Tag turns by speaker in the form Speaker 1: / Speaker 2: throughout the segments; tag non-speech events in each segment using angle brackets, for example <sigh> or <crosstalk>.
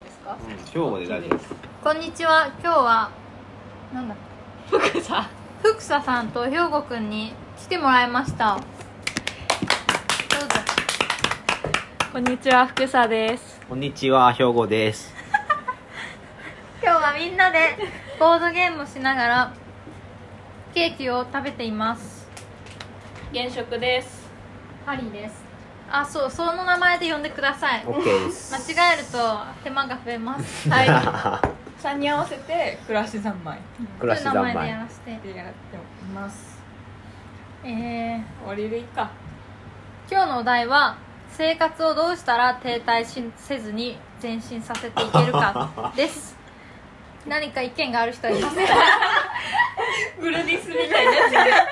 Speaker 1: か
Speaker 2: 正午で大丈夫です
Speaker 1: こんにちは今日はなんだ
Speaker 3: 僕さ
Speaker 1: 福佐さんと兵吾くんに来てもらいましたどうぞ
Speaker 3: こんにちは福さです
Speaker 2: こんにちは兵庫です
Speaker 1: 今日はみんなでボードゲームをしながらケーキを食べています
Speaker 3: 現職です
Speaker 1: ハリーですあそうその名前で呼んでください
Speaker 2: OK です
Speaker 1: 間違えると手間が増えます
Speaker 3: はい
Speaker 2: い
Speaker 3: 3に合わせて暮らし三昧
Speaker 2: 暮らし
Speaker 1: という
Speaker 2: 三
Speaker 1: 名前でや
Speaker 2: 昧
Speaker 1: らせて
Speaker 3: でやってます
Speaker 1: えー、
Speaker 3: 終わりでいいか
Speaker 1: 今日のお題は生活をどうしたら停滞しせずに前進させていけるかです何か意見がある人はいますか
Speaker 3: グルディスみたいなや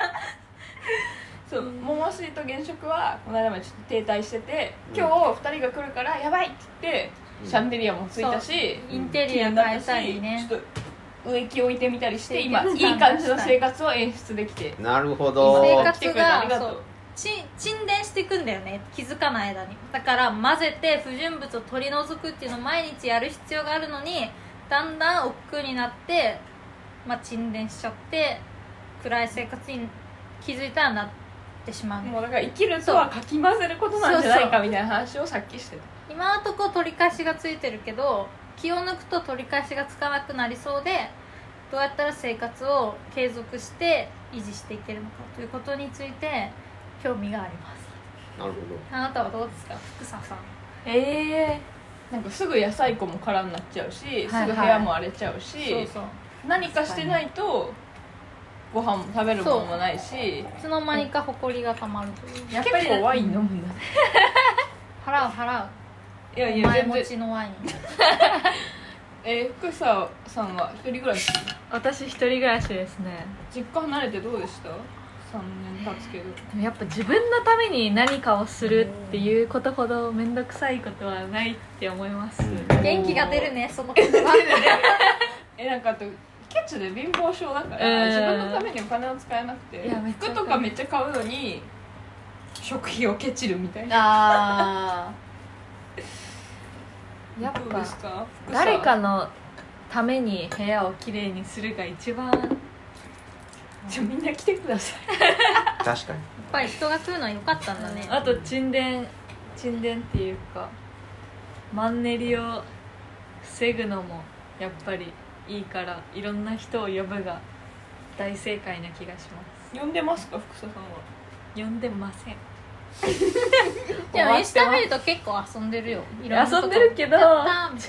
Speaker 3: つそう桃水と現職はこの間までちょっと停滞してて
Speaker 2: うん
Speaker 3: 今日2人が来るからやばいって言って
Speaker 2: うん
Speaker 3: シャンデリアもついたし
Speaker 1: インテリア
Speaker 3: にな
Speaker 1: 変えたりね
Speaker 3: ちょっと植木置いてみたりして
Speaker 1: で
Speaker 3: 今い
Speaker 1: で
Speaker 3: い感じの生活を演出できて
Speaker 2: なるほ
Speaker 1: 今
Speaker 2: ど
Speaker 1: 生
Speaker 3: 来
Speaker 1: 活
Speaker 3: てくれてありが
Speaker 1: そ
Speaker 3: と
Speaker 1: う
Speaker 3: う
Speaker 1: ち沈殿していくんだよね気づかない間にだから混ぜて不純物を取り除くっていうのを毎日やる必要があるのにだんだん億劫になって、まあ、沈殿しちゃって暗い生活に気づいたらなってしまうの
Speaker 3: もうだから生きるとはかき混ぜることなんじゃないかみたいな話をさっきしてた
Speaker 1: 今のとこ取り返しがついてるけど気を抜くと取り返しがつかなくなりそうでどうやったら生活を継続して維持していけるのかということについて興味があります
Speaker 2: なるほ
Speaker 1: あなたはどうですか福佐さん
Speaker 3: ええなんかすぐ野菜庫も空になっちゃうし、
Speaker 1: はい
Speaker 3: すぐ部屋も荒れちゃうし
Speaker 1: そうそう
Speaker 3: 何かしてないとご飯も食べるものもないし
Speaker 1: いつの間にか埃がたまるという
Speaker 3: やっぱり結構ワイン飲むんだね
Speaker 1: 払う払う
Speaker 3: いやいや
Speaker 1: 前
Speaker 3: 全
Speaker 1: 持
Speaker 3: 然
Speaker 1: ちのワイン
Speaker 3: えー、福沢さんは一人暮らし
Speaker 4: 私一人暮らしですね
Speaker 3: 実家離れてどうでした3年経つけど
Speaker 4: でもやっぱ自分のために何かをするっていうことほど面倒くさいことはないって思います、
Speaker 2: ど
Speaker 1: 元気が出るねその言
Speaker 3: <laughs>
Speaker 1: 葉
Speaker 3: えなんかあとケチで貧乏症だから、
Speaker 4: うん
Speaker 3: 自分のためにお金を使えなくて
Speaker 4: いやめっちゃ
Speaker 3: 服とかめっちゃ買うのに食費をケチるみたいな
Speaker 4: ああやっ
Speaker 3: どうで
Speaker 4: ぱ
Speaker 3: すか福沢
Speaker 4: 誰かのために部屋をきれいにするが一番
Speaker 3: じゃあみんな来てください
Speaker 2: 確かに
Speaker 1: やっぱり人が来るのは良かったんだね
Speaker 4: あと沈殿沈殿っていうかマンネリを防ぐのもやっぱりいいからいろんな人を呼ぶが大正解な気がします
Speaker 3: 呼んでますか福沢さんは
Speaker 4: 呼んでません
Speaker 1: でもインスタ見
Speaker 3: 終わ
Speaker 1: ると結構遊んでるよいろなとこ
Speaker 4: 遊んでるけど
Speaker 1: やったーみ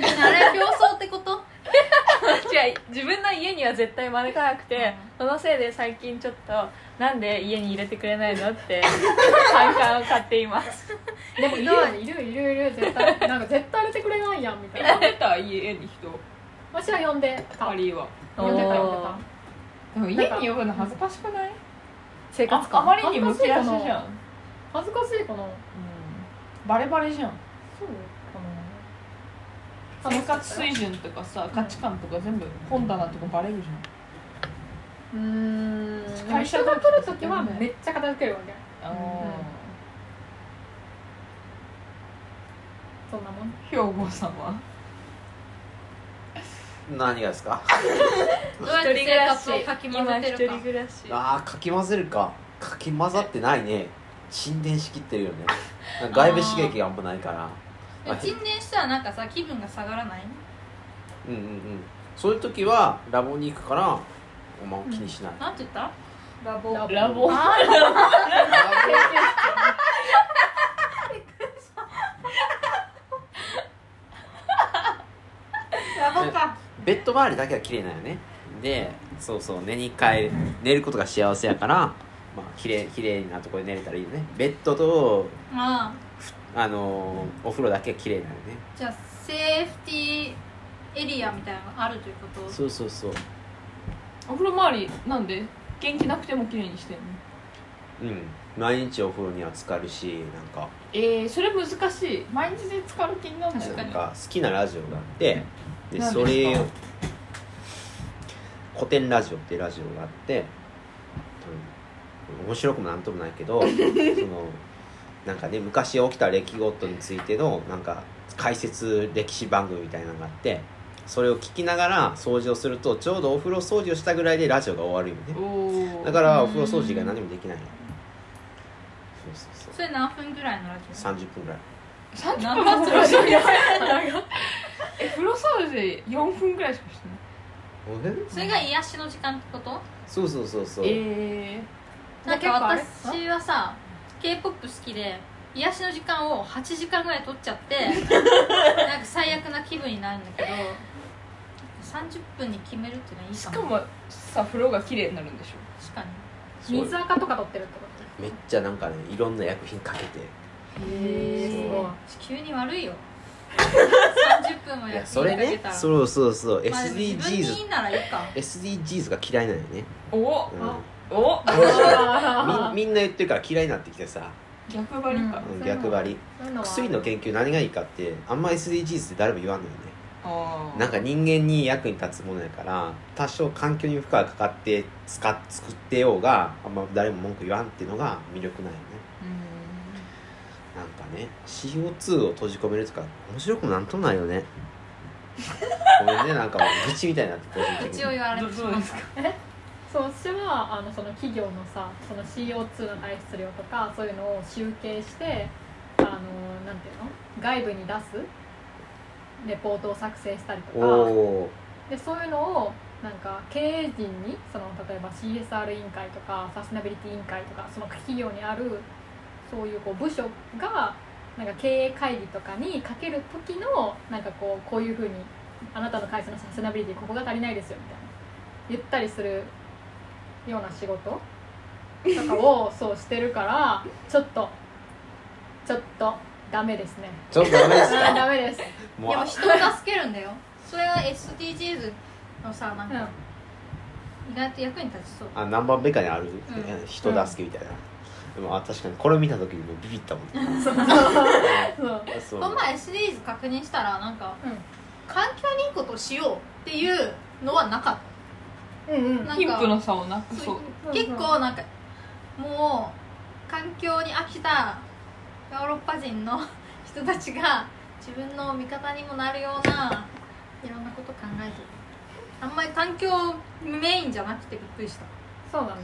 Speaker 1: た
Speaker 3: <laughs>
Speaker 1: いなあれ表層ってこと
Speaker 4: 違う自分の家には絶対招かなくて、そのせいで最近ちょっとなんで家に入れてくれないの
Speaker 1: <laughs>
Speaker 4: って反感を買っています
Speaker 5: でもいるよねいるいるいる絶対なんか絶対入れてくれないやんみたい
Speaker 3: え呼ん
Speaker 5: な <laughs>
Speaker 3: でた家に人
Speaker 5: 私は呼んでた
Speaker 3: パ
Speaker 5: 呼んで
Speaker 3: リーは
Speaker 5: た呼んでた
Speaker 3: でも家に呼ぶの恥ずかしくない
Speaker 4: 生活
Speaker 3: ああ
Speaker 4: 感
Speaker 3: まりにむき出しじゃん、
Speaker 5: 恥ずかしいか恥ずかしいかな
Speaker 3: バレバレじゃん
Speaker 5: そうかな
Speaker 3: 生活水準とかさ価値観とか全部本棚とかバレるじ
Speaker 5: うーんでも
Speaker 3: 会社
Speaker 5: 人
Speaker 3: が
Speaker 5: が
Speaker 3: 来
Speaker 5: 来
Speaker 3: る
Speaker 5: る
Speaker 3: と
Speaker 5: と
Speaker 3: き
Speaker 5: き
Speaker 3: は
Speaker 5: は
Speaker 3: ね
Speaker 5: めっちゃ片付けるわけ
Speaker 3: ゃん、あ
Speaker 5: そんなもん
Speaker 3: ー兵庫さんは
Speaker 2: 何がですか
Speaker 1: どうやって生活をかき混
Speaker 4: 今
Speaker 1: ぜ
Speaker 4: 一
Speaker 1: てる
Speaker 4: 人
Speaker 1: か
Speaker 4: 暮らし
Speaker 2: あーかき混ぜるかかき混ざってないね沈殿しきってるよねなんか外部刺激があんまないから
Speaker 1: え沈殿したらなんかさ気分が下がらない
Speaker 2: うんうんうんそういう時はラボに行くからお前気にしない、
Speaker 1: なんて言った
Speaker 4: ラボ
Speaker 2: ラボ
Speaker 3: ラボ
Speaker 1: あラボか
Speaker 2: ベッド周りだけは綺麗なんよねでそうそう寝に帰る寝ることが幸せやからまあ綺麗綺麗なとこで寝れたらいいよねベッドと
Speaker 1: あ
Speaker 2: あのーお風呂だけは綺麗なのね
Speaker 1: あじゃあセーフティーエリアみたいなのがあるということ
Speaker 2: そうそうそう
Speaker 3: お風呂周りなんで元気なくても綺麗にしてんの
Speaker 2: うん毎日お風呂には浸かるしなんか
Speaker 3: えー、それ難しい毎日で浸かる気になるんだよ
Speaker 2: なん
Speaker 3: ね
Speaker 2: か好きなラジオがあってで
Speaker 3: 何ですか
Speaker 2: それを古典ラジオっていうラジオがあってうん面白くもなんとも
Speaker 3: <laughs>
Speaker 2: ないけどそのなんかね昔起きた出来事についてのなんか解説歴史番組みたいなのがあってそれを聞きながら掃除をするとちょうどお風呂掃除をしたぐらいでラジオが終わるよね
Speaker 3: お
Speaker 2: だからお風呂掃除以外何もできないのそうそう
Speaker 1: それ何分ぐらいのラジ
Speaker 2: そう30分ぐらい
Speaker 3: 30
Speaker 1: 何
Speaker 3: 分
Speaker 1: 分
Speaker 3: も
Speaker 1: も掃除
Speaker 3: え風呂掃除4分ぐらいしかしてない
Speaker 1: オそれが癒しの時間ってこと
Speaker 2: そうそうそうそう、
Speaker 3: え
Speaker 1: なんか
Speaker 3: 結構あ
Speaker 1: 私はさ k p o p 好きで癒しの時間を8時間ぐらい取っちゃって <laughs> なんか最悪な気分になるんだけど30分に決めるっていうのはいい
Speaker 3: し
Speaker 1: かも
Speaker 3: かもさ風呂が綺麗になるんでしょ
Speaker 1: 確かに
Speaker 2: そう
Speaker 5: 水垢とか取ってるってこ
Speaker 2: めっちゃなんかねいろんな薬品かけて
Speaker 5: とへえすごい
Speaker 1: 地球に悪い <laughs> よ30分も
Speaker 2: い
Speaker 1: や
Speaker 2: や
Speaker 1: って
Speaker 2: それね
Speaker 1: たら
Speaker 2: そうそうそう
Speaker 1: まあでも自分に
Speaker 2: SDGs
Speaker 1: いいならいいか
Speaker 2: SDGs が嫌いなんよね、
Speaker 3: おお
Speaker 5: あ
Speaker 2: う
Speaker 3: お
Speaker 5: あ <laughs>
Speaker 2: ん、
Speaker 5: ー
Speaker 2: みみんな言ってるから嫌いになってきてさ、
Speaker 3: 逆張りか、
Speaker 2: うん
Speaker 5: そういうの
Speaker 2: 逆張り
Speaker 5: そういうのは
Speaker 2: 薬の研究何がいいかってあんま SDGs って誰も言わんのよね
Speaker 3: あー
Speaker 2: なんか人間に役に立つものやから多少環境に負荷がかかって使っ作ってようがあんま誰も文句言わんっていうのが魅力なんよね
Speaker 3: うん
Speaker 2: なんかね CO2 を閉じ込めるとか面白くもなんともないよね <laughs> ごめんねなんかもう愚痴みたいになって個人的に
Speaker 1: 一応言われてし
Speaker 3: どどう
Speaker 1: ま
Speaker 3: で
Speaker 1: っ
Speaker 3: すか
Speaker 5: そう私はあのその企業のさその CO2 の排出量とかそういうのを集計してあのなんていうの外部に出すレポートを作成したりと
Speaker 2: お
Speaker 5: か
Speaker 2: お
Speaker 5: でそういうのをなんか経営陣にその例えば CSR 委員会とかサステナビリティ委員会とかその企業にあるそういうこう部署がなんか経営会議とかにかける時のなんかこうこういうふうにあなたの会社のサステナビリティここが足りないですよみたいな言ったりするような仕事とかをそうしてるからちょっとちょっとダメですね
Speaker 2: ちょっとダメで
Speaker 5: あ
Speaker 2: す
Speaker 5: ーダ
Speaker 2: か
Speaker 5: メです
Speaker 2: もう
Speaker 1: でも
Speaker 2: あ
Speaker 1: 人を助けるんだよそれは SDGs のさなん <laughs>
Speaker 5: うん
Speaker 1: か意外と役に立ちそう
Speaker 2: あ何番目かにある、
Speaker 1: ん
Speaker 2: 人助けみたいな、でもあ確かにこれ見た時にもうビビったもん
Speaker 5: そう
Speaker 2: そう
Speaker 1: この前 SDGs 確認したらなんか、
Speaker 5: うん
Speaker 1: 環境にいいことをしようっていうのはなかっ
Speaker 5: うんうん
Speaker 1: なんか
Speaker 3: 貧富の差をなく
Speaker 1: た
Speaker 3: そう
Speaker 5: そう
Speaker 1: 結構なんかもう環境に飽きたヨーロッパ人の人たちが自分の味方にもなるようないろんなこと考えてるあんまり環境メインじゃなくてびっくりした
Speaker 5: そうだね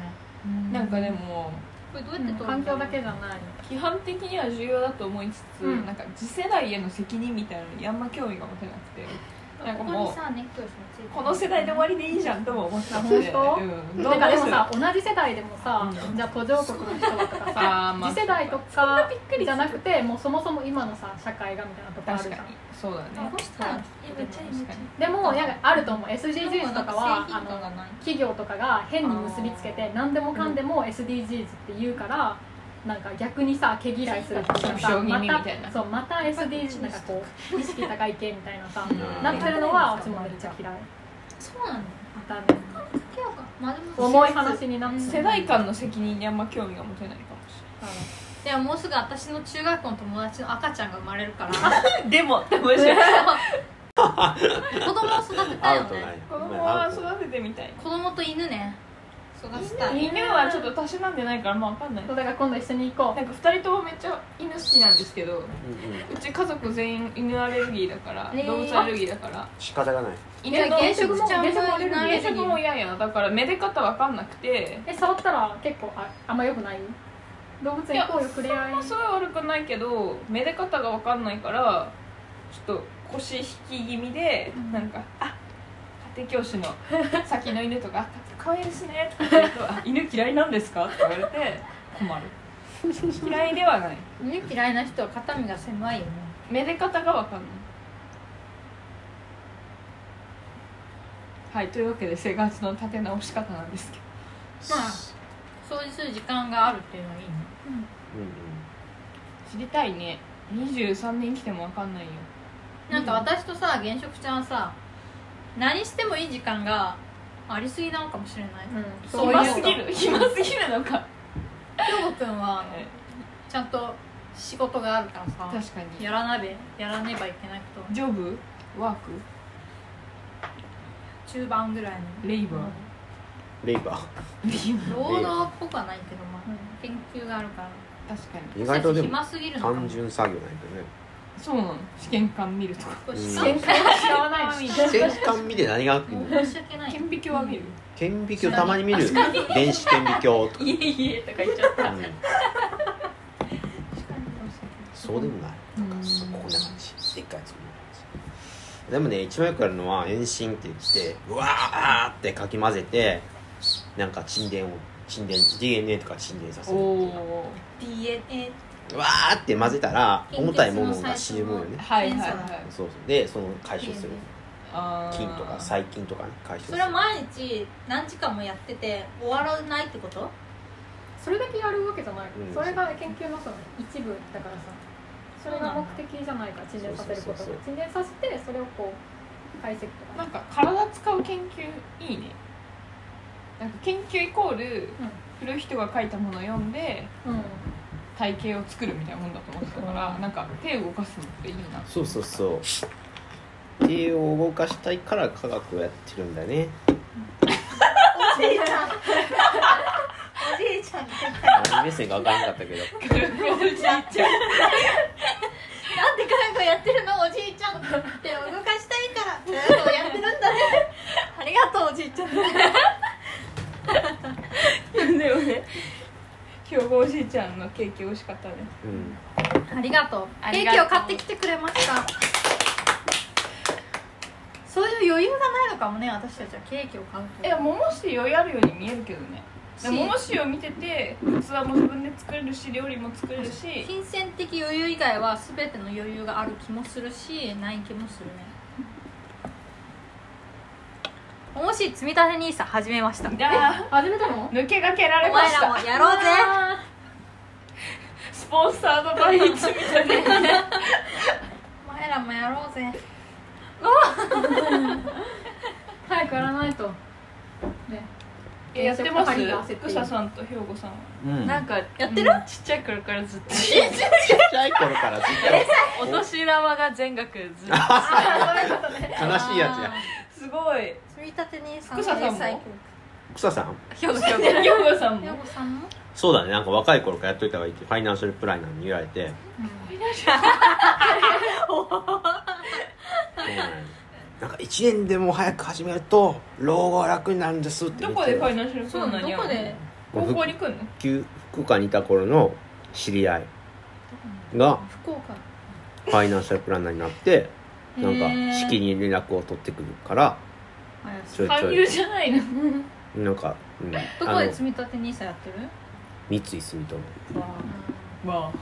Speaker 3: なんかでも
Speaker 1: これどうやって撮る
Speaker 5: 環境だけ
Speaker 1: じ
Speaker 5: じゃない
Speaker 3: 批判的には重要だと思いつつ、
Speaker 5: うん
Speaker 3: なんか次世代への責任みたいなのにあんま興味が持てなくて
Speaker 1: ゃ
Speaker 3: なんん
Speaker 1: こ
Speaker 3: か
Speaker 1: こ
Speaker 3: もう
Speaker 1: にさネックレスもついてる
Speaker 3: この世代で終わりでいいじゃんとも思ってた
Speaker 5: 本当
Speaker 3: うん、
Speaker 5: なんかでもさ同じ世代でもさ、
Speaker 3: うん
Speaker 5: じゃあ途上国の人とかさ
Speaker 3: あーまあ
Speaker 5: 次世代とかじゃなくてもうそもそも今のさ社会がみたいなとこある
Speaker 3: 確
Speaker 5: じゃ
Speaker 3: か
Speaker 5: ん
Speaker 3: にそうだね
Speaker 1: あこうしたら
Speaker 3: えめっちゃいいめっちゃいい
Speaker 5: でもなんかあると思う SDGs とかは
Speaker 1: 製
Speaker 5: あ
Speaker 1: 品感が
Speaker 5: の
Speaker 1: ない
Speaker 5: 企業とかが変に結びつけて何でもかんでも SDGs って言うから、なんか逆にさ毛嫌いするっていうかさ
Speaker 3: 将棋みたいな
Speaker 5: そうまた SDGs なんかこう意識高い系みたいなさ
Speaker 3: うん
Speaker 5: なってるのは私もめっちゃ嫌い
Speaker 1: そうなんだよ
Speaker 5: またね
Speaker 1: 環境がまあでも
Speaker 5: 重い話になって
Speaker 3: 世代間の責任にあんま興味が持てないかもし
Speaker 1: でももうすぐ私の中学校の友達の赤ちゃんが生まれるから <laughs>
Speaker 3: れないでもって面白い
Speaker 1: 子供を育てた
Speaker 2: ア
Speaker 1: いよ
Speaker 2: ウトない
Speaker 1: ね
Speaker 3: 子供
Speaker 2: ア
Speaker 3: は
Speaker 2: ウトない
Speaker 3: 育ててみたい
Speaker 1: 子供と犬ね育てたい
Speaker 3: 犬はちょっとたしなんでないからまあわかんない
Speaker 5: そうだから今度一緒に行こ
Speaker 3: なんか2人ともめっちゃ犬好きなんですけどう
Speaker 2: うんうん
Speaker 3: ち家族全員犬アレルギーだから、
Speaker 1: えー
Speaker 3: 動物アレルギーだから
Speaker 2: 仕方がない
Speaker 1: じゃあ
Speaker 3: 犬の
Speaker 1: 原色ちゃんも
Speaker 5: 原色
Speaker 1: 犬ア
Speaker 5: も
Speaker 1: レ
Speaker 3: 原
Speaker 1: ルギ
Speaker 3: 色
Speaker 1: ー
Speaker 3: も嫌やだからめで方わかんなくて
Speaker 5: うえ触ったら結構ああんまよくない動物園行こうよ触れ合い
Speaker 3: まあ、それは悪くないけどめで方が分かんないからちょっと腰引き気味で、
Speaker 1: うん
Speaker 3: なんか「あ家庭
Speaker 1: <laughs>
Speaker 3: 教師の先の犬とか「可愛いですね」とか言うとあ「犬嫌いなんですか?」って言われて困
Speaker 1: <laughs>
Speaker 3: る嫌いではない
Speaker 1: 犬嫌いな人は肩身が狭いよね
Speaker 3: めで方が分かんないはいというわけで生活の立て直し方なんですけど
Speaker 1: まあ掃除する時間があるっていうのはいいね
Speaker 2: うん
Speaker 3: 知りたいね23年来ても分かんないよ
Speaker 1: なんか私とさ原色ちゃんはさ何してもいい時間がありすぎなのかもしれない
Speaker 5: うんそういう
Speaker 3: 暇すぎる暇すぎるのか
Speaker 1: 京子くんはちゃんと仕事があるからさ
Speaker 3: <laughs> 確かに
Speaker 1: やらなべやらねばいけないこ
Speaker 3: ジョブワーク
Speaker 1: と中盤ぐらいの
Speaker 3: レイバー、
Speaker 2: レイバー
Speaker 3: レイバー
Speaker 1: 労働っぽくはないけどまあ
Speaker 5: うん
Speaker 1: 研究があるから
Speaker 3: 確かに
Speaker 2: 意外とでも
Speaker 1: 暇すぎるのかも
Speaker 2: 単純作業なんだよね
Speaker 3: そうなの試験管見るとか
Speaker 1: これ
Speaker 2: うん
Speaker 1: しかも
Speaker 5: 限界は使わないし
Speaker 2: 検視官見て何があってんの
Speaker 1: 申し訳ない
Speaker 3: 顕微鏡は見る
Speaker 2: 顕微鏡たまに見る電子顕微鏡とか、
Speaker 4: いえいえとか言っちゃっ
Speaker 2: う
Speaker 4: た
Speaker 2: ん、そうでもないなんかそうこんな感じでっかいそんな感じでもね一番よくあるのは遠心って言ってうわーってかき混ぜてなんか沈殿を沈殿 DNA とか沈殿させ
Speaker 3: お
Speaker 2: るっていう
Speaker 3: お
Speaker 1: DNA
Speaker 2: うわーって混ぜたら
Speaker 1: 貧血の
Speaker 2: 重たいものが沈むよね
Speaker 3: はいはいは
Speaker 1: 塩素
Speaker 3: い
Speaker 2: そうそうでその解消する
Speaker 3: あー
Speaker 2: 菌とか細菌とかね解消す
Speaker 1: そ
Speaker 2: る
Speaker 1: れは毎日何時間もやってて終わらないってこと
Speaker 5: それだけやるわけじゃない、
Speaker 2: うん
Speaker 5: それが研究のその一部だからさそれが目的じゃないから沈殿させること
Speaker 2: そうそうそうそう
Speaker 5: 沈殿させてそれをこう解析とか
Speaker 3: なんか体使う研究いいねなんか研究イコール、古い人が書いたものを読んで
Speaker 5: うん
Speaker 3: 体型を作るみたいなもんだと思ってたから、なんか手を動かすのっていいな
Speaker 2: そうそうそう手を動かしたいから科学をやってるんだ
Speaker 3: <laughs>
Speaker 2: ね
Speaker 1: おじいちゃんおじいちゃんって
Speaker 2: 何目線か分からなかったけ
Speaker 1: お
Speaker 2: ど
Speaker 1: じいちゃんなんで看護やってるのおじいちゃんって動かしたいから看護やってるん <laughs> だねありがとうおじいちゃん
Speaker 3: でもね今日おじいちゃんのケーキ美味しかったね
Speaker 2: うん
Speaker 1: ありがとう
Speaker 4: あ
Speaker 1: ケ
Speaker 4: り
Speaker 1: ー
Speaker 4: が
Speaker 1: キ
Speaker 4: とう
Speaker 1: を買ってきてくれましたそういう余裕がないのかもね私たちはケーキを買うと
Speaker 3: えももし余裕あるように見えるけどねでも
Speaker 1: し
Speaker 3: もしを見てて器も自分で作れるし料理も作れるし
Speaker 1: 金銭的余裕以外は全ての余裕がある気もするしない気もするねもし積み立て n i s 始めましたお
Speaker 3: じゃあ
Speaker 5: 始めたの
Speaker 3: 抜けがけられま
Speaker 1: 前
Speaker 3: し
Speaker 1: らも
Speaker 3: た
Speaker 1: やろうぜ
Speaker 3: スポンサードバイ <laughs> 一みたいな
Speaker 1: お前らもやろうぜ
Speaker 5: 早くやらないとね
Speaker 3: えやってます
Speaker 5: ちょっと針が焦っている
Speaker 3: 草さんと兵庫さんは
Speaker 2: うん
Speaker 4: なんか
Speaker 1: やってる
Speaker 4: うんちっちゃい頃からずっと
Speaker 2: ちっちゃい頃からずっ
Speaker 4: お年玉が全額ず
Speaker 1: <laughs>
Speaker 4: っ
Speaker 2: と悲
Speaker 4: と
Speaker 2: しいやつや
Speaker 3: すごい
Speaker 1: 積み立て n i s
Speaker 3: 福さんも
Speaker 2: 草さん
Speaker 4: ひょうひょう
Speaker 3: 兵庫さん
Speaker 1: ヨ
Speaker 3: も
Speaker 1: コさんも
Speaker 2: そうだねなんか若い頃からやっといた方がいいってファイナンシャルプランナーに言われて、そうなんやなんか1年でも早く始めると老後は楽になるんですって
Speaker 3: ど
Speaker 2: 言って
Speaker 3: こでファイナンシャルプランナーに
Speaker 1: どこで
Speaker 3: 高校に来んの
Speaker 2: 福久福岡にいた頃の知り合いが
Speaker 1: 福岡
Speaker 2: ファイナンシャルプランナーになってなんか式に連絡を取ってくるからちょいちょ
Speaker 3: 勧
Speaker 2: い
Speaker 3: 誘じゃないの
Speaker 2: なんか、うん、
Speaker 1: ど
Speaker 2: あ
Speaker 1: こ
Speaker 2: の
Speaker 1: で積み立て n i s やってる
Speaker 2: 三井住友
Speaker 3: わあ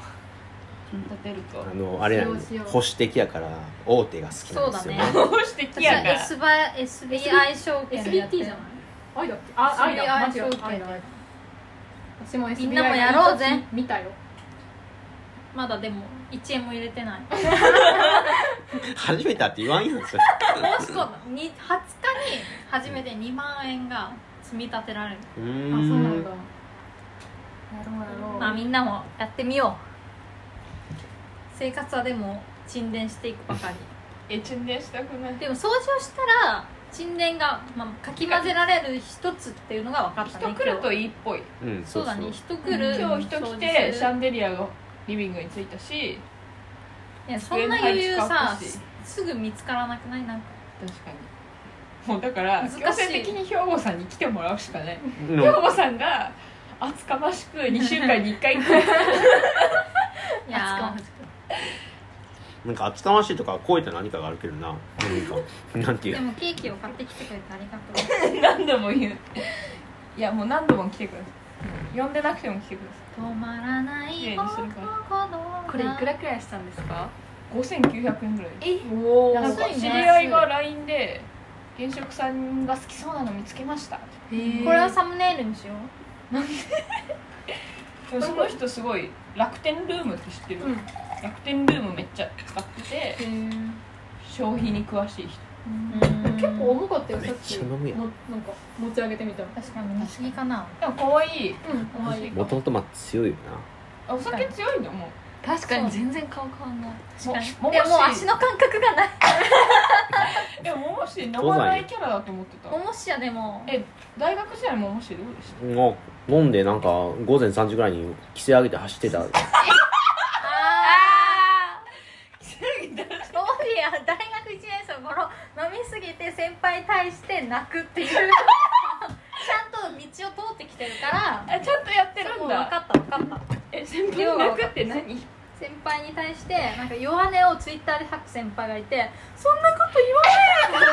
Speaker 3: 立てると
Speaker 2: あのあれなの
Speaker 5: 使用しよう
Speaker 2: 保守的やから大手が好きなんですよね
Speaker 1: そうだね
Speaker 3: どうしてき
Speaker 1: 私
Speaker 3: や
Speaker 1: は
Speaker 3: が
Speaker 1: S バ SBI 証券でやって
Speaker 5: SBT
Speaker 1: る
Speaker 5: じゃない愛だっけあ愛だ
Speaker 1: SBI
Speaker 5: 間違え
Speaker 1: 証
Speaker 5: た
Speaker 1: 券
Speaker 5: 愛だ愛だ私も SBI
Speaker 1: みんなもやろうぜ
Speaker 5: 見たよ
Speaker 1: まだでも1円も入れてない
Speaker 2: 初めて会って言わんよそれ
Speaker 1: もしこに20日に初めて2万円が積み立てられる
Speaker 2: う
Speaker 5: あそうなん
Speaker 2: ーん
Speaker 5: だやろうや
Speaker 1: まあ
Speaker 5: ろう
Speaker 1: みんなもやってみよう生活はでも沈殿していくばかり
Speaker 3: え沈殿したくない
Speaker 1: でも掃除をしたら沈殿が、まあ、かき混ぜられる一つっていうのが分かったね
Speaker 3: 人来る
Speaker 1: 今
Speaker 3: と
Speaker 1: 日
Speaker 3: いいっぽい
Speaker 2: うん
Speaker 1: そうだね人来る
Speaker 3: 今日人来てシャンデリアがリビングに着いたし
Speaker 1: いやそんな余裕
Speaker 3: 机の
Speaker 1: さ
Speaker 3: 配置変わったし
Speaker 1: すぐ見つからなくないなんか
Speaker 3: 確かにもうだから
Speaker 1: 難しい
Speaker 3: 強制的に兵庫さんに来てもらうしかない
Speaker 2: うん
Speaker 3: 兵庫さんが厚かましく2週間に1回来る
Speaker 1: <laughs> いや
Speaker 2: なんか厚かましいとか超えた何かがあるけどな何かなんてい
Speaker 1: ー
Speaker 2: う
Speaker 1: で
Speaker 2: の
Speaker 1: もケーキを買ってきてくれてありがとう
Speaker 3: 何度も言ういやもう何度も来てください呼んでなくても来てくだ
Speaker 1: 止まらない
Speaker 3: 綺麗にするから
Speaker 1: 心
Speaker 4: これいくらくらいしたんですか
Speaker 3: さい5900円ぐらい
Speaker 1: え
Speaker 4: お
Speaker 3: なんか
Speaker 1: 安いね
Speaker 3: 知り合いが LINE で現職さんが好きそうなの見つけました
Speaker 1: これはサムネイルにしよう
Speaker 3: でもその人すごい楽天ルームって知ってる、
Speaker 1: うん
Speaker 3: 楽天ルームめっちゃ使ってて消費に詳しい人
Speaker 5: 結構重かったよ
Speaker 2: め
Speaker 5: さ
Speaker 2: っ
Speaker 5: っ
Speaker 2: ち
Speaker 5: き
Speaker 2: ゃ飲むやん
Speaker 5: もなんか持ち上げてみたら
Speaker 1: 確かに見すぎかな
Speaker 3: でも可愛い
Speaker 5: うんかわいい
Speaker 2: もともとまあ強いよ
Speaker 3: あお酒強いんだもう
Speaker 4: 確かに全然顔変わんない
Speaker 1: 確かに
Speaker 3: もも
Speaker 1: で
Speaker 3: し
Speaker 1: も足の感覚がない
Speaker 3: でもももし飲まないキャラだと思ってた
Speaker 1: ももしやでも
Speaker 3: え大学時代ももしどうでし
Speaker 2: なもう飲んでなんか午前3時ぐらいに規制上げて走ってた
Speaker 1: あ飲みすぎて先輩に対して泣くっていうちゃんと道を通ってきてるから
Speaker 3: あちゃんとやって
Speaker 1: そ
Speaker 3: る
Speaker 1: こ
Speaker 3: ん
Speaker 1: 分か
Speaker 3: だ
Speaker 1: った分かった
Speaker 3: え先輩泣くって何
Speaker 1: 先輩に対してなんか弱音をツイッターで吐く先輩がいてそんなこと言わない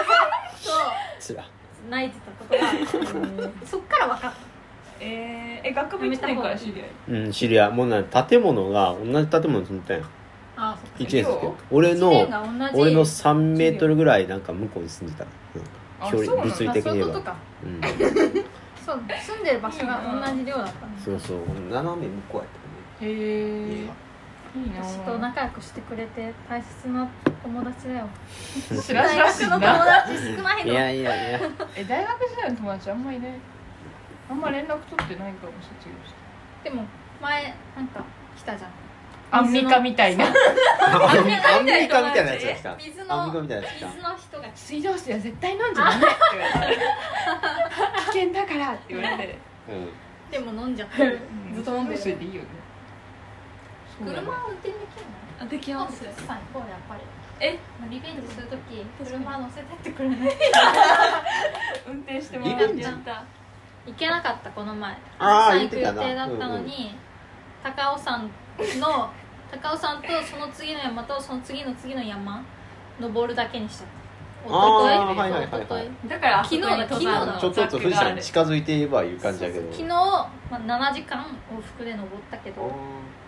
Speaker 1: と
Speaker 2: つら
Speaker 1: 泣いてたことがそっから分かっ
Speaker 3: えー、え学部1年から知り合い
Speaker 2: うん知り合いもうね建物が同じ建物に住んでたんや
Speaker 5: ああそっか
Speaker 2: 1年生の時
Speaker 3: そう
Speaker 2: 俺
Speaker 1: た線
Speaker 2: の
Speaker 1: が同じ
Speaker 2: 俺の3メートルぐらいなんか向こうに住んでた
Speaker 3: あ
Speaker 2: 距離
Speaker 3: そうなんだ
Speaker 2: 物理的
Speaker 5: あそう
Speaker 2: に
Speaker 5: い
Speaker 2: 言
Speaker 5: う
Speaker 2: え
Speaker 5: こと
Speaker 2: ば
Speaker 5: か
Speaker 2: うん
Speaker 1: そう住んでる場所が同じ量だったんです
Speaker 2: そうそう斜め向こうやったと思う
Speaker 3: へえいいな
Speaker 1: 私と仲良くしてくれて大切な友達だよ
Speaker 3: 知ら
Speaker 1: 大学
Speaker 3: しい
Speaker 1: の友
Speaker 3: な
Speaker 1: 達少ない
Speaker 2: い
Speaker 1: の
Speaker 2: やいやいや
Speaker 3: え大学時代の友達あんまいないあんま連絡取ってないかも卒業して
Speaker 1: でも前なんか来たじゃん
Speaker 3: アンミカみたいな
Speaker 2: アンミカ
Speaker 1: アン
Speaker 2: みた
Speaker 1: ミカみた
Speaker 2: い
Speaker 1: い
Speaker 2: な
Speaker 1: な
Speaker 2: や
Speaker 1: や
Speaker 2: つ
Speaker 1: つ
Speaker 2: が
Speaker 1: が
Speaker 2: 来
Speaker 1: 来
Speaker 2: た
Speaker 1: た
Speaker 2: アンミカみたいなやつ来
Speaker 1: 水
Speaker 2: た
Speaker 1: の人が
Speaker 3: 水道水は絶対飲んじゃダメって言われて危険だからって言われて
Speaker 2: うん
Speaker 1: でも飲んじゃってる
Speaker 3: ずっと飲んで水でいいよねそうだね
Speaker 1: 車を運転できる
Speaker 4: あでき
Speaker 1: の
Speaker 4: ま
Speaker 1: 本
Speaker 4: す
Speaker 1: 日さん行こうやっぱり
Speaker 4: え
Speaker 1: リベンジするとき車乗せてってくれない
Speaker 3: 運転しても
Speaker 2: リ
Speaker 3: ら
Speaker 2: ベ
Speaker 3: っ
Speaker 2: ン
Speaker 3: て
Speaker 2: ジ
Speaker 4: やった
Speaker 1: 行けなかったこの前
Speaker 2: あー
Speaker 1: 富士山行く予定だったの
Speaker 2: 言って
Speaker 1: に、高尾山の高尾山とその次の山とその次の次の山登るだけにしちゃった
Speaker 2: あーはいはい
Speaker 1: 一
Speaker 2: は
Speaker 1: 昨
Speaker 2: い
Speaker 1: 日
Speaker 2: はい
Speaker 4: だから
Speaker 1: 昨日だ
Speaker 4: あそこに登山の
Speaker 1: 昨日だ
Speaker 2: ちょっとずつ富士山に近づいていればいう感じだけど
Speaker 1: 昨日、まあ、7時間往復で登ったけど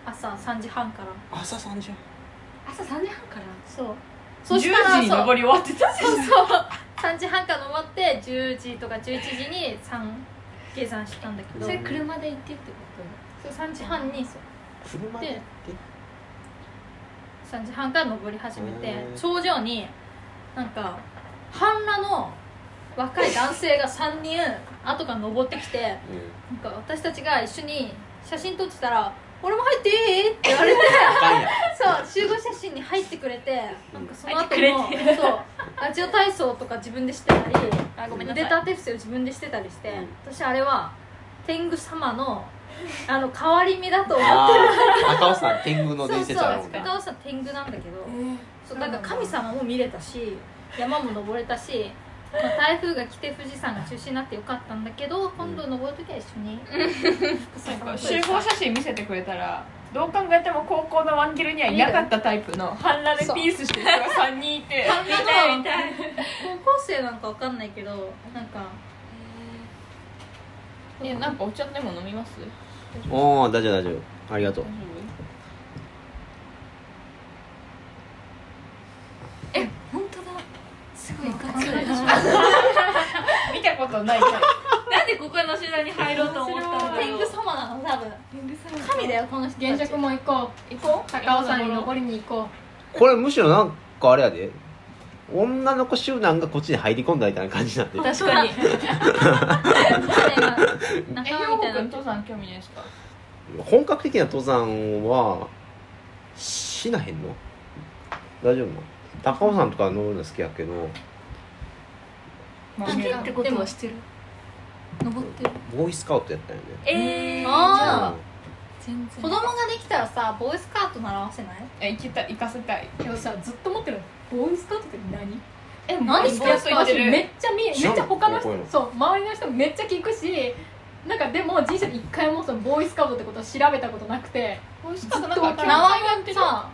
Speaker 2: あ
Speaker 1: 朝3時半から
Speaker 2: ー朝3時
Speaker 4: 朝3時半から
Speaker 1: そうそ
Speaker 3: 10
Speaker 1: したら
Speaker 3: 時に
Speaker 1: そう
Speaker 3: 登り終わってたし
Speaker 1: そうそう3時半から登って10時とか11時に3下山したんだけど
Speaker 4: そ
Speaker 1: そ
Speaker 4: れ
Speaker 1: う
Speaker 4: 車で行ってってこ
Speaker 1: 3時半にそう
Speaker 2: 車で
Speaker 1: で3時半から登り始めて
Speaker 2: へー
Speaker 1: 頂上になんか半裸の若い男性が3人後から登ってきてな
Speaker 2: うん
Speaker 1: んか私たちが一緒に写真撮ってたら「俺も入っていい?」って言われて
Speaker 2: あかんや
Speaker 1: そう集合写真に入ってくれてなんかその
Speaker 4: 入って
Speaker 1: 後
Speaker 4: くれ
Speaker 1: もそうラジオ体操とか自分でしてたり
Speaker 4: とあごめんな
Speaker 1: 腕
Speaker 4: さい
Speaker 1: 立て伏せを自分でしてたりして
Speaker 2: うん
Speaker 1: 私あれは天狗様のあの変わり身だと思って
Speaker 2: あー赤尾さん天狗の伝説あるもんね
Speaker 1: 高尾山天狗なんだけど、そうなんか神様も見れたし山も登れたし、まあ、台風が来て富士山が中止になってよかったんだけど今度登る時は一緒に福さんと一緒
Speaker 3: 集
Speaker 1: に
Speaker 3: 合写真見せてくれたらどう考えても高校のワンキルにはいなかったタイプの半裸でピースしてる人が3人いて
Speaker 1: 半裸の
Speaker 3: みたいな
Speaker 1: 高校生なんかわかんないけどなんか
Speaker 3: えなんかお茶でも飲みます
Speaker 2: おお大丈夫大丈夫ありがとう
Speaker 4: と本当だすごいガチ
Speaker 1: でしょ
Speaker 3: 見たことないタイプ
Speaker 4: なんでここの集団に入ろうと思ったんだろう
Speaker 1: 天狗様なの多分神だよこの人
Speaker 5: 原
Speaker 1: たち
Speaker 5: 宿も行こう行こう高尾山に登りに行こ
Speaker 2: これむしろなんかあれやで女の子集団がこっちに入り込んだみたいな感じになってる
Speaker 4: 確かに
Speaker 1: 仲
Speaker 3: え、
Speaker 1: 間みたい
Speaker 3: く
Speaker 1: なん
Speaker 3: 登山興味ないですか
Speaker 2: 本格的な登山はしなへんの大丈夫なの高尾山とか登るの好きやけど
Speaker 3: まあ
Speaker 4: 行けってことはしてる登ってる
Speaker 2: ボーイスカウトやったんよね
Speaker 4: えー、
Speaker 1: あ
Speaker 4: 全
Speaker 1: 子
Speaker 4: 然
Speaker 1: 供ができたらさボーイスカート習わせない
Speaker 3: え、行きたい、行かせたいう
Speaker 5: よっしゃずっと持ってるボーイスカートって何
Speaker 3: え、
Speaker 1: 何してんすか
Speaker 3: 行って
Speaker 5: め
Speaker 3: る
Speaker 5: っちゃ見めっ
Speaker 2: 知
Speaker 5: ち
Speaker 2: らん
Speaker 5: ゃ他の
Speaker 2: こういうの
Speaker 5: 人そう周りの人めっちゃ聞くしなんかでも人生で一回もそのボーイスカウトってことを調べたことなくて
Speaker 3: 美味しかった、なん
Speaker 1: 縄
Speaker 3: か縄
Speaker 1: もさ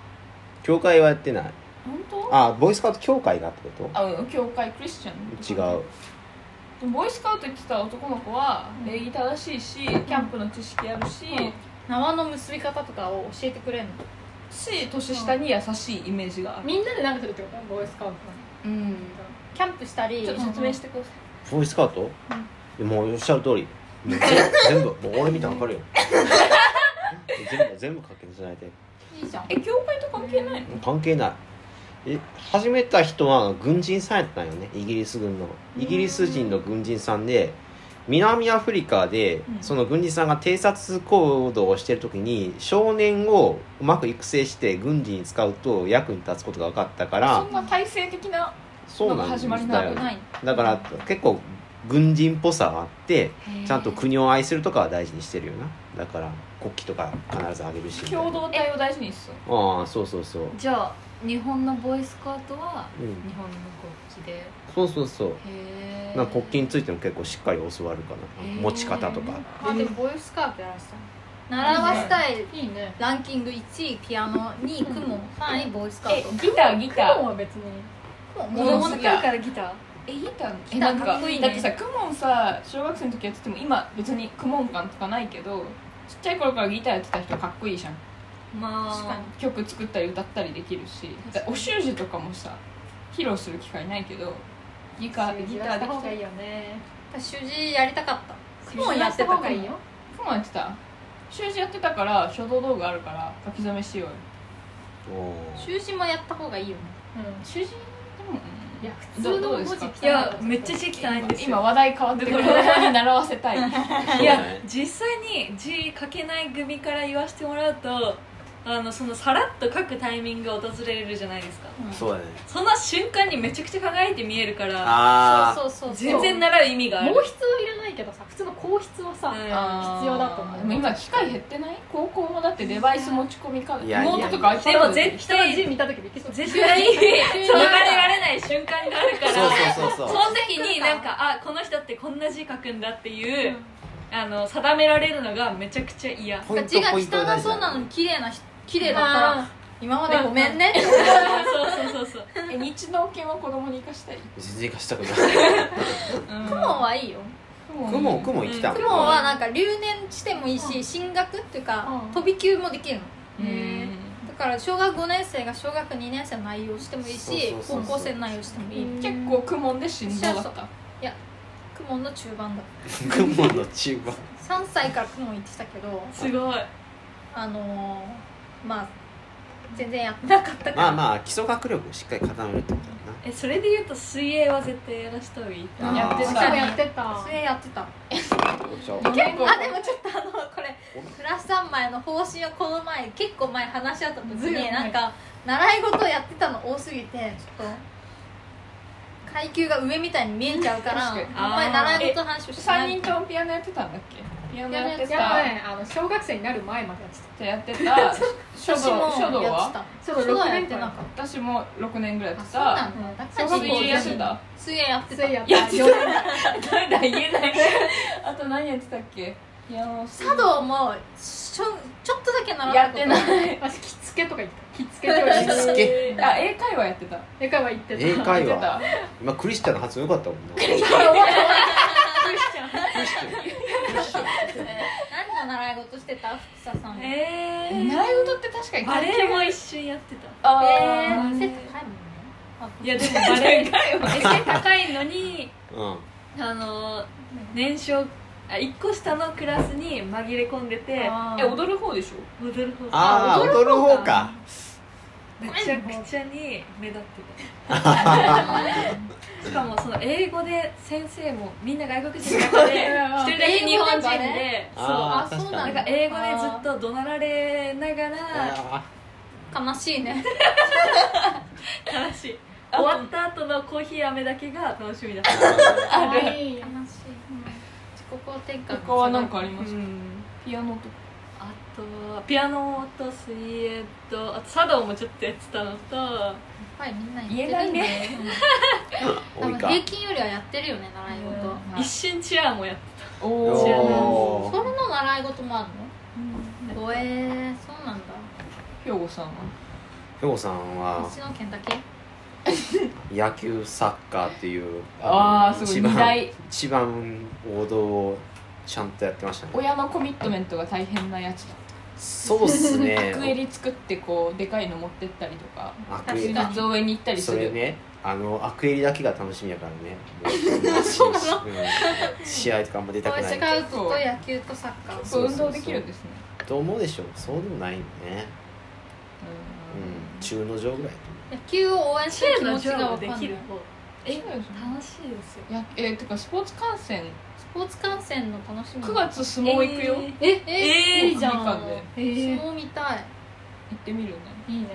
Speaker 2: 教会はやってない
Speaker 3: 本当
Speaker 2: あボーイスカウト協会がってこ
Speaker 3: あ、うん、教会クリスチャ
Speaker 2: と違
Speaker 3: ン
Speaker 2: う
Speaker 3: うボーイスカウト行ってた男の子は
Speaker 1: うん
Speaker 3: 礼儀正しいし、キャンプの知識あるし、
Speaker 1: うん縄の結び方とかを教えてくれるの
Speaker 3: し、年下に優しいイメージがある
Speaker 5: みんなで何するってことボーイスカウト
Speaker 3: うん
Speaker 1: キャンプしたり
Speaker 3: ちょっと説明してくださ
Speaker 2: ボーイスカウト、もうおっしゃる通
Speaker 4: <laughs>
Speaker 2: りもう全全部もう俺見たら分かるよ全部全部確認しないで
Speaker 1: いいじゃん
Speaker 3: いえ、教会と関係ないの
Speaker 2: 関係ないえ始めた人は軍人さんやったんよねイギリス軍のイギリス人の軍人さんで南アフリカで
Speaker 3: うん
Speaker 2: その軍人さんが偵察行動をしてる時に少年をうまく育成して軍事に使うと役に立つことが分かったから
Speaker 3: そんな体制的な
Speaker 2: そうなん
Speaker 3: なんか始まり
Speaker 2: だ
Speaker 3: の
Speaker 2: よ
Speaker 3: 危
Speaker 1: ない
Speaker 2: だから結構軍人っぽさがあってちゃんと国を愛するとかは大事にしてるよなだから国旗とか必ずあげるし
Speaker 3: 共同体を大事にする
Speaker 2: ああそうそうそう
Speaker 4: じゃあ日本のボーイスカートは
Speaker 2: うん
Speaker 4: 日本の国旗でへ
Speaker 2: そうそうそう
Speaker 4: え
Speaker 2: なんか国旗についても結構しっかり教わるか
Speaker 4: へ
Speaker 2: な
Speaker 4: ー
Speaker 2: 持ち方とか
Speaker 5: あでもボーイスカートやらせた
Speaker 1: 習わしたい
Speaker 5: いいね
Speaker 1: ランキング1位ピアノ2位雲3位ボーイスカ
Speaker 3: え
Speaker 1: ート
Speaker 3: ギターギタ
Speaker 5: クモン
Speaker 3: ー
Speaker 5: は別に
Speaker 1: もう
Speaker 4: 子
Speaker 1: も
Speaker 4: 供
Speaker 1: の
Speaker 4: の
Speaker 1: も
Speaker 4: 頃
Speaker 1: の
Speaker 4: からギター
Speaker 3: えギターの
Speaker 1: ギター
Speaker 3: えなん
Speaker 1: か
Speaker 3: か
Speaker 1: っこいいね
Speaker 3: だってさクモンさ小学生の時やってても今別にクモン感とかないけどちっちゃい頃からギターやってた人はかっこいいじゃん
Speaker 1: ま
Speaker 4: 確か
Speaker 1: あ
Speaker 4: に
Speaker 3: 曲作ったり歌ったりできるしだからお習字とかもさ披露する機会ないけどギターギターでき
Speaker 5: した方
Speaker 3: た
Speaker 5: が
Speaker 3: り
Speaker 5: いいよね
Speaker 1: 主治やりたかった雲やってた
Speaker 5: 方
Speaker 1: か
Speaker 5: が
Speaker 1: ら
Speaker 5: いいよ
Speaker 3: クモンやってた習字やってたから書道道具あるから書き初めしようよ
Speaker 2: おー
Speaker 1: 習字もやった方がいいよね
Speaker 5: うん
Speaker 3: 習字でも
Speaker 5: いや普
Speaker 3: ど
Speaker 5: 通の
Speaker 3: どう
Speaker 5: 文
Speaker 3: です
Speaker 5: 字
Speaker 3: か
Speaker 5: 汚い
Speaker 4: いやめっちゃ字汚いんですよ
Speaker 3: 今話題変わってくる <laughs> 子供に習わせたい
Speaker 2: そう
Speaker 4: い
Speaker 2: だ
Speaker 4: や
Speaker 2: ね
Speaker 4: 実際に字書けない組から言わせてもらうとあのそのさらっと書くタイミングが訪れるじゃないですか
Speaker 2: そうだね
Speaker 4: その瞬間にめちゃくちゃ輝いて見えるから
Speaker 2: ああ
Speaker 1: そうそうそう
Speaker 4: 全然習う意味があ
Speaker 5: 毛
Speaker 4: る
Speaker 5: 筆はいらないけどさ普通の硬筆はさ、
Speaker 4: うん
Speaker 3: あー
Speaker 5: 必要だと思う
Speaker 3: でも今機械減ってない高校もだってデバイス持ち込みか
Speaker 2: いやいや
Speaker 3: ノートとか iPad
Speaker 4: でも絶
Speaker 5: 人の字見た時びっくりする
Speaker 4: 絶対逃れられない瞬間があるから
Speaker 2: そうそうそうそう
Speaker 4: その時になんかあこの人ってこんな字書くんだっていう、あの定められるのがめちゃくち
Speaker 2: <laughs>
Speaker 4: ゃ嫌
Speaker 2: ポイン
Speaker 1: 字
Speaker 2: ト
Speaker 1: が
Speaker 2: ポイント
Speaker 1: 汚
Speaker 2: 大事
Speaker 1: そうな
Speaker 2: だ
Speaker 1: の
Speaker 2: ね
Speaker 1: に綺麗な人綺麗だったら今までごめんねって
Speaker 4: そうそうそうそう
Speaker 3: <laughs> え日農研は子供に生かしたい
Speaker 2: 全然貸したくない
Speaker 1: 雲はいいよ
Speaker 2: 雲雲行きたいもん
Speaker 1: 雲はなんか留年してもいいし進学っていうか
Speaker 5: うん
Speaker 1: 飛び級もできるの
Speaker 3: うん
Speaker 1: だから小学5年生が小学2年生の内容してもいいし
Speaker 2: そうそうそ
Speaker 1: 高
Speaker 2: うそう
Speaker 1: 校生の内容してもいい
Speaker 5: うん
Speaker 3: 結構公文で振動だっ
Speaker 1: そうそ
Speaker 3: た
Speaker 1: 雲の中盤だ
Speaker 2: 雲の中盤
Speaker 1: 3歳から雲行ってたけど
Speaker 4: すごい
Speaker 1: あのー、まあ全然やってなかったから
Speaker 2: まあまあ基礎学力をしっかり固めるってことだな
Speaker 4: えそれで言うと水泳は絶対やらした方がいい
Speaker 2: あー
Speaker 3: やって
Speaker 5: 私も
Speaker 3: た
Speaker 5: やってた
Speaker 1: それやってたあ
Speaker 3: 結構
Speaker 1: でもちょっとあのこれフラッシュさん前の方針をこの前結構前話し合った時
Speaker 5: ずいぶん
Speaker 1: に
Speaker 5: 前
Speaker 1: なんか習い事やってたの多すぎてちょっと階級が上みたいに見えちゃうからあ
Speaker 3: 確かに
Speaker 1: んまり習い事の話をしな
Speaker 3: 3
Speaker 1: い
Speaker 3: 人ともピアノやってたんだっけピアノやってたじ
Speaker 5: やっ
Speaker 3: ゃ
Speaker 5: ぱねあの小学生になる前までやって
Speaker 3: あやってた書
Speaker 1: 私
Speaker 3: 道書
Speaker 1: も
Speaker 3: 道
Speaker 1: やって
Speaker 3: は
Speaker 1: た
Speaker 5: た
Speaker 1: 書道はやってなかった
Speaker 3: 私も6年ぐらいやって
Speaker 1: そうな
Speaker 3: た
Speaker 1: んだだ
Speaker 5: そう
Speaker 1: から
Speaker 5: そう
Speaker 3: 水泳やってた
Speaker 1: 水泳やって
Speaker 5: そ
Speaker 1: た
Speaker 5: れやった4年
Speaker 3: 誰だ言えない <laughs> あと何やってたっけピアノ
Speaker 1: 茶道もしょちょっとだけ習った
Speaker 3: やっ
Speaker 1: こと
Speaker 3: てない
Speaker 5: 私着付けとか行った着付け教
Speaker 2: 着
Speaker 5: 室
Speaker 2: 付け
Speaker 3: あ英会話やってた
Speaker 5: 英会話行ってた
Speaker 2: 英会
Speaker 3: やってた
Speaker 2: 話今クリスチャンの発音良かったもんなクリスチャンクリスチャン
Speaker 1: 何の習い事してた福佐さんは
Speaker 4: えー、
Speaker 3: 習い事って確かに
Speaker 4: バレエも一瞬やってた
Speaker 3: あ
Speaker 1: えー、背
Speaker 3: ー
Speaker 1: 高いもんねあ
Speaker 4: いやでもバレエ
Speaker 3: 英会話
Speaker 4: え背高いのに
Speaker 2: うん
Speaker 4: あの年少あ1個下のクラスに紛れ込んでて
Speaker 1: あー
Speaker 3: え踊る方でしょ
Speaker 4: 踊る方
Speaker 2: ああ踊る方か
Speaker 4: めちゃくちゃに目立ってたしかもその英語で先生もみんな外国人の中で一人だけ日本人でそう
Speaker 2: あー
Speaker 1: そう
Speaker 2: 確
Speaker 1: あ
Speaker 2: か
Speaker 4: な
Speaker 2: に
Speaker 4: んか英語でずっと怒鳴られながら
Speaker 2: あ
Speaker 1: 悲しいね
Speaker 4: 悲しい終わった後のコーヒー飴だけが楽しみだった
Speaker 5: 可
Speaker 3: ある
Speaker 5: 愛い
Speaker 1: 悲しい、自己肯定感
Speaker 3: 他は何かあります
Speaker 4: ん
Speaker 3: ピアノとか
Speaker 4: あとはピアノと水泳とあと茶道もちょっとやってたのと
Speaker 1: はいみんな
Speaker 4: 言えないね
Speaker 2: ー多いか
Speaker 1: 平均よりはやってるよね習い事、
Speaker 3: はい
Speaker 4: 一瞬チェアもやって
Speaker 3: お
Speaker 4: 知らない
Speaker 2: お
Speaker 1: そ
Speaker 2: ー
Speaker 1: れの習い事もあ
Speaker 4: た
Speaker 1: るのごえー、そうなんだ
Speaker 3: 兵庫さんは
Speaker 2: 兵庫さんは
Speaker 1: 西の県だけ
Speaker 2: 野球サッカーっていう
Speaker 3: あー
Speaker 2: の
Speaker 3: すご
Speaker 2: 一
Speaker 3: い
Speaker 2: 番
Speaker 3: 二大
Speaker 2: 一番王道をちゃんとやってましたね
Speaker 3: 親のコミットメントが大変なやつだ
Speaker 2: そうっすね
Speaker 3: アクエリ作ってこうでかいの持ってったりとか
Speaker 2: アクエ
Speaker 3: 水
Speaker 2: リ
Speaker 3: 立応援に行ったりす
Speaker 2: それ
Speaker 3: る
Speaker 2: ねあのアクエリだけが楽しみやからねそうなの、うん試合とかあんま出た
Speaker 1: ボ
Speaker 2: く
Speaker 1: イ
Speaker 2: な
Speaker 1: ス
Speaker 2: い
Speaker 1: カウトと野球とサッカー
Speaker 3: そう運動できるんですね
Speaker 2: と思うでしょそうでもないよね、うん、
Speaker 3: う
Speaker 2: 中の上ぐらい
Speaker 1: 野球を応援する気持ちが分
Speaker 4: で
Speaker 1: かんな
Speaker 4: き
Speaker 1: い
Speaker 4: る
Speaker 3: んそうですね
Speaker 4: 楽しいですよ
Speaker 3: いやえー、てかスポーツ観戦
Speaker 1: スポーツ観戦の楽しみ
Speaker 3: 9月相撲行くよ、
Speaker 4: え
Speaker 1: ええ
Speaker 4: えー
Speaker 1: いいじゃん
Speaker 3: みかんで
Speaker 5: えー
Speaker 1: 相撲見たい
Speaker 3: 行ってみるね
Speaker 5: いいね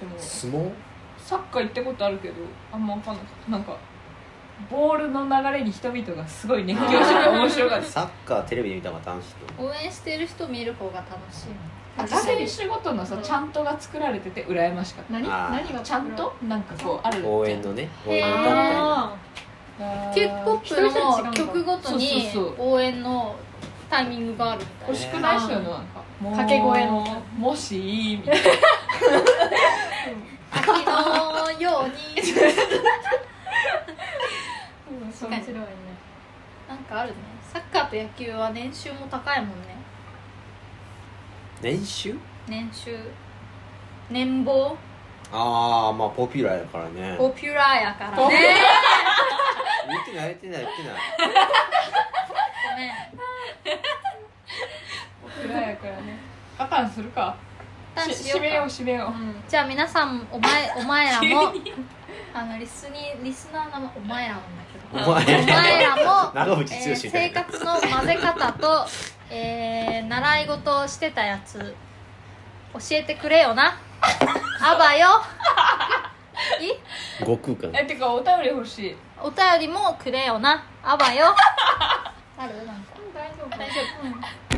Speaker 3: でも
Speaker 2: 相撲
Speaker 3: サッカー行ったことあるけどあんま分かんなかったなんかボールの流れに人々がすごい熱狂してて面白かった
Speaker 2: サッカーテレビで見た方が楽しいと思
Speaker 1: 応援してる人見る方が楽しい
Speaker 3: 家庭仕事のさちゃんとが作られてて羨ましかっ
Speaker 5: 何
Speaker 2: あー
Speaker 5: 何が
Speaker 3: たちゃんとなんかこうある
Speaker 2: 応援のね応援
Speaker 1: へー
Speaker 2: 歌みたいな
Speaker 5: あ
Speaker 1: キューポップの曲ごとに
Speaker 3: そうそうそ
Speaker 1: 応援のタイミングがあるみたいな
Speaker 3: 欲しくないそういうのなんかもう
Speaker 5: 掛け声の
Speaker 3: もしみたいな
Speaker 1: 秋のように <laughs>
Speaker 5: ー面白いね
Speaker 1: なんかあるねサッカーと野球は年収も高いもんね
Speaker 2: 年収
Speaker 1: 年収年俸
Speaker 2: ああまあポピュラーやからね
Speaker 1: ポピュラーやからね
Speaker 2: 言ってない言ってない言ってない
Speaker 1: ごめん
Speaker 3: 僕らやからねあかんするか
Speaker 1: 一旦
Speaker 3: し
Speaker 1: しよ
Speaker 3: 締めよ
Speaker 1: う
Speaker 3: う
Speaker 1: か
Speaker 3: 締めよう
Speaker 1: じゃあ皆さんお前お前らもあのリスにリスナーのお前らもなんだ
Speaker 2: お
Speaker 1: けどお前
Speaker 2: 前 <laughs>
Speaker 1: らも
Speaker 2: 長渕剛
Speaker 1: え
Speaker 2: み
Speaker 1: ー
Speaker 2: たい
Speaker 1: 生
Speaker 2: な
Speaker 1: 活の混ぜ方と、えー習い事をしてたやつ教えてくれよ
Speaker 2: <laughs>
Speaker 1: なあばよい
Speaker 2: 悟空かな
Speaker 3: えてかお便り欲しい
Speaker 1: お
Speaker 2: <laughs>
Speaker 1: 便りもくれよなあばよあるなんか
Speaker 5: 大丈夫
Speaker 1: 大丈夫